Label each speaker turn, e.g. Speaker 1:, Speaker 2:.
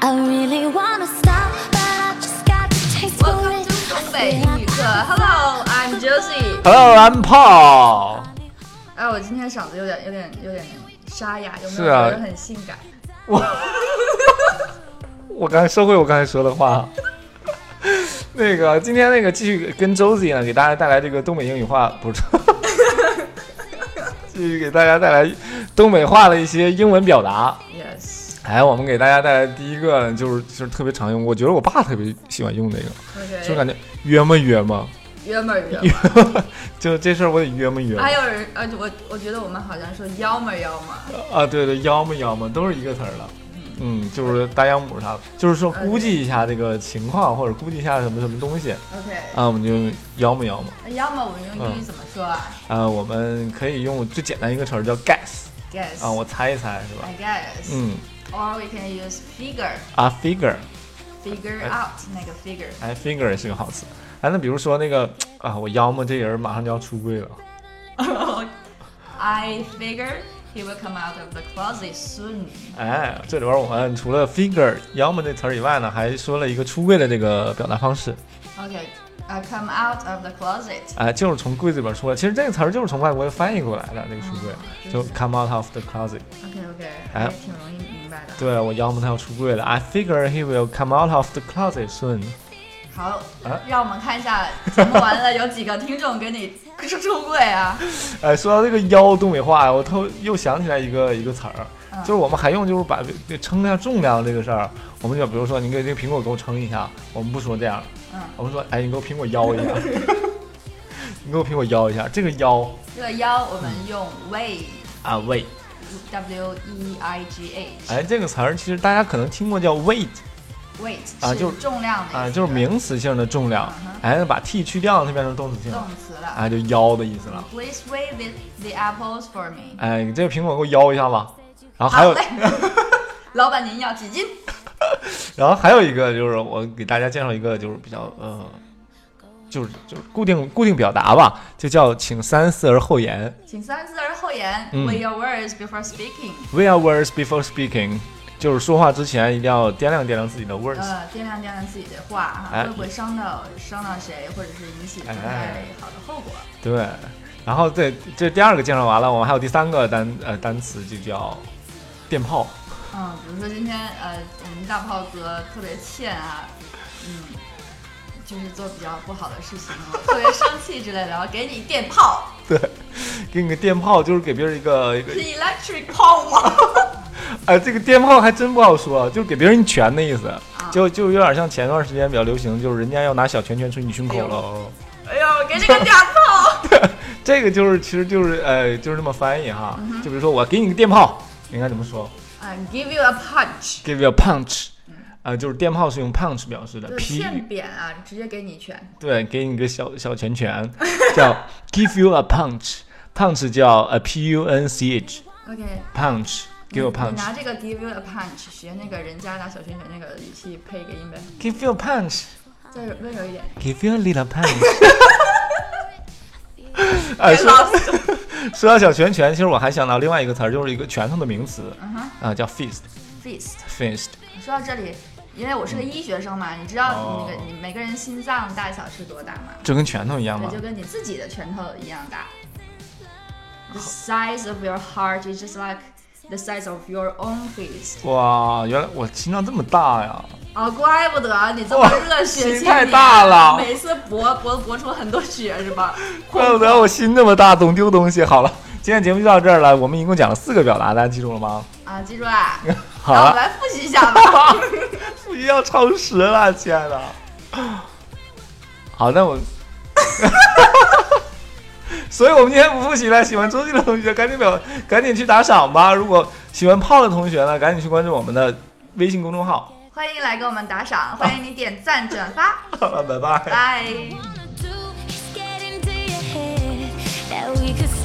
Speaker 1: I really wanna stop, but I just got the taste for
Speaker 2: Welcome
Speaker 1: it.
Speaker 2: to 东北英语课，Hello, I'm Josie。
Speaker 3: Hello，安炮。
Speaker 2: 哎，我今天嗓子有点、有点、有点沙哑，有没有
Speaker 3: 是啊
Speaker 2: 觉得很性感？
Speaker 3: 我刚才收回我刚才说的话。 那个，今天那个继续跟周 i 呢，给大家带来这个东北英语话，不是， 继续给大家带来东北话的一些英文表达。
Speaker 2: Yes，
Speaker 3: 哎，我们给大家带来第一个就是就是特别常用，我觉得我爸特别喜欢用这个，
Speaker 2: 我
Speaker 3: 就
Speaker 2: 觉得
Speaker 3: 感觉 约么约么，
Speaker 2: 约么约嘛，
Speaker 3: 就这事儿我得约么约么
Speaker 2: 还有人，呃，我我觉得我们好像说幺么幺嘛，
Speaker 3: 啊，对对，幺么幺么都是一个词儿的。嗯，就是搭秧母啥的，就是说估计一下这个情况，或者估计一下什么什么东西，
Speaker 2: OK，
Speaker 3: 啊，我们就摇嘛摇嘛。
Speaker 2: 那幺么我们用英语怎么说啊
Speaker 3: 啊，我们可以用最简单一个词儿叫 guess，
Speaker 2: ？Guess，
Speaker 3: 啊，我猜一猜是吧？
Speaker 2: I guess，
Speaker 3: 嗯
Speaker 2: or we can use figure。
Speaker 3: ，I figure，
Speaker 2: Figure
Speaker 3: 哎
Speaker 2: out 那个 figure，
Speaker 3: 哎，figure 也是个好词。哎，那比如说那个啊，我妖嘛，这人马上就要出柜了。
Speaker 2: I figure he will come out of the closet soon。
Speaker 3: 哎，这里边我们除了 figure 妖嘛这词儿以外呢，还说了一个出柜的这个表达方式。
Speaker 2: OK，I come out of the closet。
Speaker 3: 哎，就是从柜子里边出来。其实这个词儿就是从外国翻译过来的，这个出柜
Speaker 2: 嗯
Speaker 3: 就 come out of the closet。
Speaker 2: OK OK，
Speaker 3: 哎
Speaker 2: 还挺容易明白的。
Speaker 3: 对我妖嘛，他要出柜了。I figure he will come out of the closet soon。
Speaker 2: 好
Speaker 3: 啊，
Speaker 2: 让我们看一下节目完了有几个听众给你出出柜啊？
Speaker 3: 哎，说到这个腰东北话，我突又想起来一个一个词儿，
Speaker 2: 嗯
Speaker 3: 就是我们还用就是把这这称一下重量这个事儿，我们就比如说你给这个苹果给我称一下，我们不说这样，
Speaker 2: 嗯
Speaker 3: 我们说哎你给我苹果腰一 下，你给我苹果腰一下，这个腰
Speaker 2: 这个腰我们用 weigh，W
Speaker 3: 啊 weight，
Speaker 2: E I G H。
Speaker 3: 哎这个词儿其实大家可能听过叫 weight
Speaker 2: weight
Speaker 3: 啊就是
Speaker 2: 重量的
Speaker 3: 啊，
Speaker 2: 意思
Speaker 3: 就是名词性的重量
Speaker 2: 嗯哼，
Speaker 3: 哎把 t 去掉它变成动词性了，
Speaker 2: 动词了。
Speaker 3: 哎就腰的意思了，
Speaker 2: Please weigh the the apples for me。
Speaker 3: 哎你这个苹果给我腰一下吧，然啊后还
Speaker 2: 好。
Speaker 3: 有
Speaker 2: 嘞 老板您要几斤？
Speaker 3: 然后还有一个就是我给大家介绍一个就是比较呃，就是就是固定固定表达吧，就叫请三思而后言。
Speaker 2: 请三思而后言。
Speaker 3: 嗯
Speaker 2: Weigh your words before speaking。
Speaker 3: We are words before speaking，就是说话之前一定要掂量掂量自己的 words。
Speaker 2: 呃，掂量掂量自己的话啊，
Speaker 3: 哎
Speaker 2: 会不会伤到伤到谁，或者是引起更大
Speaker 3: 哎
Speaker 2: 的好的后果？
Speaker 3: 对，然后这这第二个介绍完了，我们还有第三个单呃单词就叫电炮。
Speaker 2: 嗯，比如说今天呃，我们大炮哥特别欠啊，嗯，就是做比较不好的事情，我 特别生气之类的，然后给你电炮，
Speaker 3: 对，给你个电炮就是给别人一个一个
Speaker 2: 是 electric 炮吗？
Speaker 3: 哎，这个电炮还真不好说，就是给别人一拳的意思，
Speaker 2: 啊
Speaker 3: 就就有点像前段时间比较流行，就是人家要拿小拳拳捶你胸口
Speaker 2: 哎呦
Speaker 3: 了。
Speaker 2: 哎呦，我给你个假 炮！
Speaker 3: 这个就是，其实就是，呃，就是这么翻译哈。
Speaker 2: 嗯
Speaker 3: 就比如说，我给你个电炮，你应该怎么说
Speaker 2: 啊，give you a punch，
Speaker 3: ？Give you a punch，啊、就是电炮是用 punch 表示的，
Speaker 2: 嗯就是
Speaker 3: 劈，
Speaker 2: 欠扁啊，直接给你一拳。
Speaker 3: 对，给你个小小拳拳， 叫 give you a punch，punch 叫呃 p u n c h
Speaker 2: OK，
Speaker 3: punch，give
Speaker 2: 你
Speaker 3: you a
Speaker 2: 嗯你拿
Speaker 3: punch，give
Speaker 2: 这个 give you a punch 学那个人家拿小拳拳那个语气配一个音呗，
Speaker 3: you a punch，give
Speaker 2: 再温柔一点。
Speaker 3: you a little punch。哎，说
Speaker 2: 老师
Speaker 3: 说到小拳拳，其实我还想到另外一个词儿，就是一个拳头的名词，啊、叫 fist，fist。
Speaker 2: fist。说到这里，因为我是个医学生嘛，你知
Speaker 3: 哦
Speaker 2: 道那个你每个人心脏大小是多大吗？
Speaker 3: 就跟拳头一样
Speaker 2: 对，
Speaker 3: 嘛
Speaker 2: 就。跟你自己的拳头一样大。The size of your heart is just like the size of your own fist。
Speaker 3: 哇，原来我心脏这么大呀！
Speaker 2: 哦，怪不得你这么
Speaker 3: 哇
Speaker 2: 热血青
Speaker 3: 心
Speaker 2: 年，
Speaker 3: 太大了
Speaker 2: 每次搏搏搏出很多血是吧？
Speaker 3: 怪不得我心这么大，总丢东西。好了，今天节目就到这儿了。我们一共讲了四个表达，大家记住了吗？
Speaker 2: 啊，记住啦！
Speaker 3: 好啊
Speaker 2: 让我们
Speaker 3: 了，
Speaker 2: 来复习一下 吧。
Speaker 3: 不要超时了，亲爱的。好，那我， 所以我们今天不复习了。喜欢周记的同学，赶紧表，赶紧去打赏吧。如果喜欢泡的同学呢，赶紧去关注我们的微信公众号。
Speaker 2: 欢迎来给我们打赏，欢迎你点赞转发，
Speaker 3: 好了，拜拜。
Speaker 2: 拜。
Speaker 1: wanna do is get into your head that we could